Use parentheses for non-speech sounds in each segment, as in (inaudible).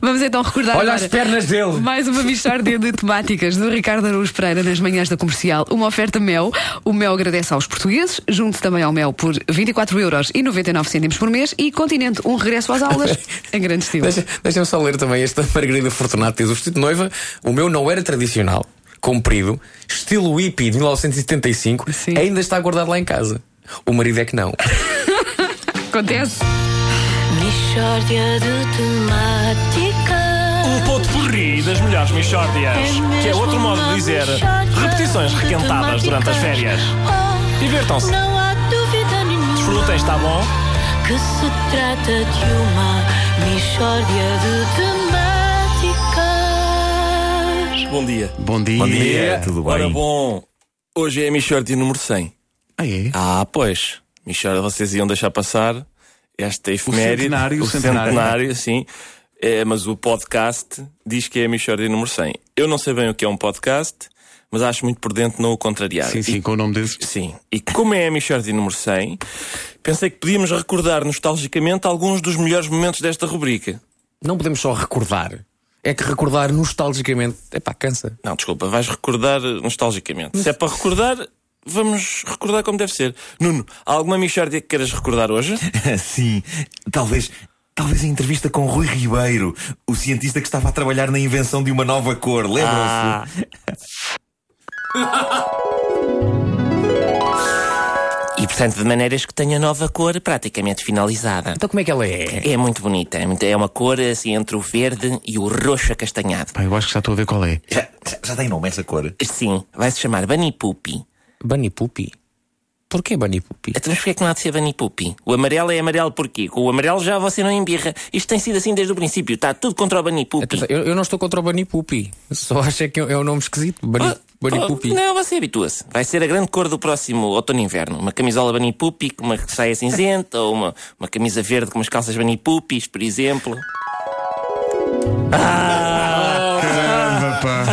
Vamos então recordar Olha agora as pernas dele. mais uma mistória de temáticas do Ricardo Araújo Pereira nas manhãs da comercial. Uma oferta Mel. O Mel agradece aos portugueses. Junte também ao Mel por 24,99€ por mês. E Continente, um regresso às (laughs) aulas em grande estilo. Deixa- Deixa-me só ler também esta Margarida Fortunato diz: o vestido de noiva, o meu não era tradicional, comprido, estilo hippie de 1975, Sim. ainda está guardado lá em casa. O marido é que não. Acontece. Mishória de temáticas. O Um ponto porri das melhores Michórdias, É que é outro modo de dizer repetições requentadas durante as férias. Divirtam-se. Oh, Não há dúvida nenhuma Desfrutem, está bom? que se trata de uma Mishória de temáticas. Bom dia. Bom dia. Tudo bem? Ora bom, hoje é a Michordia número 100. Ah, é? Ah, pois. Michordia, vocês iam deixar passar esta efeméride. centenário, o o centenário. centenário. sim. É, mas o podcast diz que é a Michordia número 100. Eu não sei bem o que é um podcast, mas acho muito prudente não o contrariar. Sim, sim, com o nome desse. E, sim. E como é a Michordia número 100, pensei que podíamos recordar nostalgicamente alguns dos melhores momentos desta rubrica. Não podemos só recordar. É que recordar nostalgicamente, epá, cansa. Não, desculpa, vais recordar eh, nostalgicamente. Se é para recordar, vamos recordar como deve ser. Nuno, há alguma mixórdia que queiras recordar hoje? (laughs) Sim, talvez. Talvez a entrevista com Rui Ribeiro, o cientista que estava a trabalhar na invenção de uma nova cor, lembram-se? Ah. E portanto, de maneiras que tenha nova cor praticamente finalizada. Então como é que ela é? É muito bonita, é muito- é uma cor assim entre o verde e o roxo acastanhado. Pá, eu acho que já estou a ver qual é. Já, já, já tem nome essa cor? Sim, vai-se chamar Bunny Poopy. Bunny Pupi. Porquê Bunny Pupi? Então, mas porquê é que não há de ser Bunny Poopy? O amarelo é amarelo porquê? Com o amarelo já você não embirra. Isto tem sido assim desde o princípio, está tudo contra o Bunny Poopy. Atenção, Eu, eu não estou contra o Bunny Pupi. Só acho é que é um nome esquisito. Bunny, Ah, Bunny oh, Pupi. Não, você habitua-se. Vai ser a grande cor do próximo outono e inverno. Uma camisola Bunny Poopy com uma saia cinzenta ou uma, uma camisa verde com umas calças Bunny Poopies, por exemplo. Caramba, pá.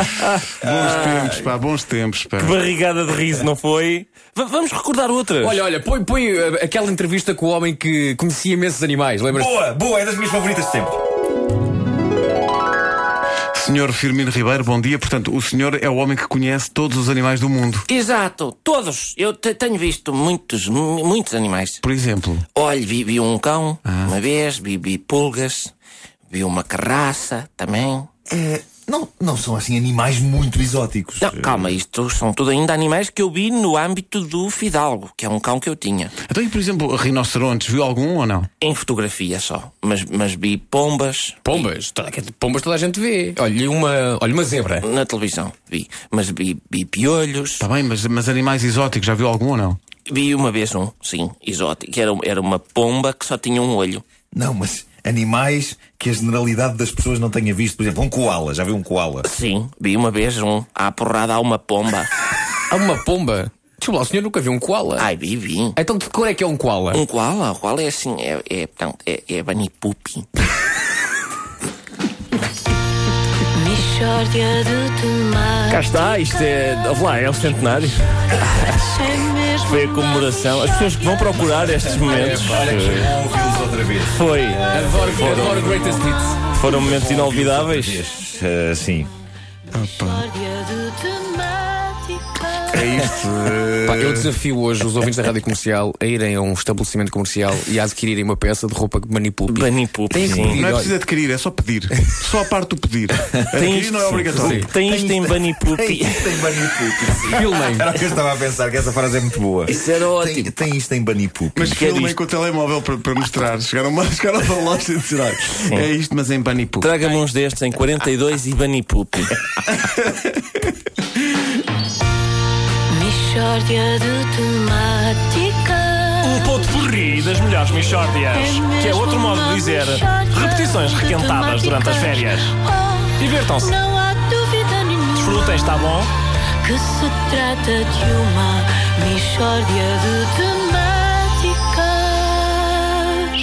Bons tempos, pá, bons tempos, pá. Barrigada de riso, não foi? V- vamos recordar outras. Olha, olha, põe, põe uh, aquela entrevista com o homem que conhecia imensos animais, lembras? Boa, boa, é das minhas favoritas de sempre. Senhor Firmino Ribeiro, bom dia. Portanto, o senhor é o homem que conhece todos os animais do mundo. Exato, todos. Eu te- tenho visto muitos, mu- muitos animais. Por exemplo, Olha, vi, vi um cão uma vez, vi, vi pulgas, vi uma carraça também. Eh, não, não são assim animais muito exóticos. Não, calma, isto são tudo ainda animais que eu vi no âmbito do Fidalgo, que é um cão que eu tinha. então, e por exemplo, rinocerontes, viu algum ou não? Em fotografia só, mas, mas vi pombas Pombas, toda, a- pombas toda a gente vê. Olha, e uma, olha uma zebra. na televisão, vi. Mas vi, vi piolhos, Está Tá bem, mas, mas animais exóticos, já viu algum ou não? vi uma vez um, sim, exótico, que era, era uma pomba que só tinha um olho. Não, mas animais que a generalidade das pessoas não tenha visto. Por exemplo, um koala. Já viu um koala? Sim, vi uma vez um, à porrada há uma pomba. Há uma pomba. Desculpa, lá, o senhor nunca viu um koala. Ai, vi, vi. Então de que cor é que é um koala? Um koala, o koala é assim, é, é, portanto, é, é Bunny Poopy. Mishória de temáticas. Cá está, isto é. Ouve lá, é o centenário. É mesmo Foi a comemoração. As pessoas que vão procurar estes momentos. Bom ouvi-los outra vez. Foi. Adoro, adoro Greatest Hits. Foram momentos inolvidáveis. Eh, sim. Mishória de temáticas. É (laughs) isto. Pá, eu desafio hoje os ouvintes da rádio comercial a irem a um estabelecimento comercial e a adquirirem uma peça de roupa que manipula. Bunny Poopy, Tem que sim. pedir. Não é olha. preciso adquirir, é só pedir. Só a parte do (laughs) pedir. Adquirir não é obrigatório. Tem isto em Bunny Poopy. Tem Bunny Poop, sim. Filmem. Era o que eu estava a pensar, que essa frase é muito boa. Isso era Tem, ótimo. tem isto em Bunny Poop. Mas Que é filmem disto? com o telemóvel para, para mostrar. Chegaram mais, (laughs) chegaram a loja e disseram: É isto, mas em Bunny Poop. Traga-me uns destes em 42 e Bunny Poopy. Mishória de temáticas. O ponto porri das melhores Michórdias, que é outro modo de dizer repetições requentadas durante as férias. Divirtam-se. Oh, Não há dúvida nenhuma Desfrutem, está bom? que se trata de uma mistória de temáticas. cores.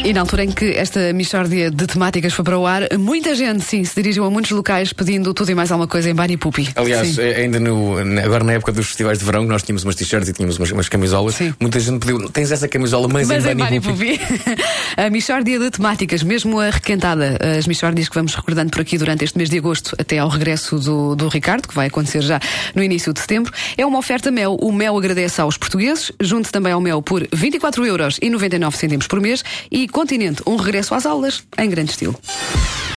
E na altura em que esta mistória de temáticas foi para o ar, muita gente, sim, se dirigiu a muitos locais pedindo tudo e mais alguma coisa em Bani Pupi. Aliás, Sim. eh, ainda no, na- agora na época dos festivais de verão, que nós tínhamos umas t-shirts e tínhamos umas, umas camisolas, Sim. muita gente pediu: tens essa camisola, mas, é Mas em em Bani Bani Pupi. Pupi, (laughs) a mistória de temáticas, mesmo a requentada, as mistórdias que vamos recordando por aqui durante este mês de agosto até ao regresso do, do Ricardo, que vai acontecer já no início de setembro, é uma oferta Mel. O Mel agradece aos portugueses, junte também ao Mel por 24,99€ por mês e Continente, um regresso às aulas em grande estilo.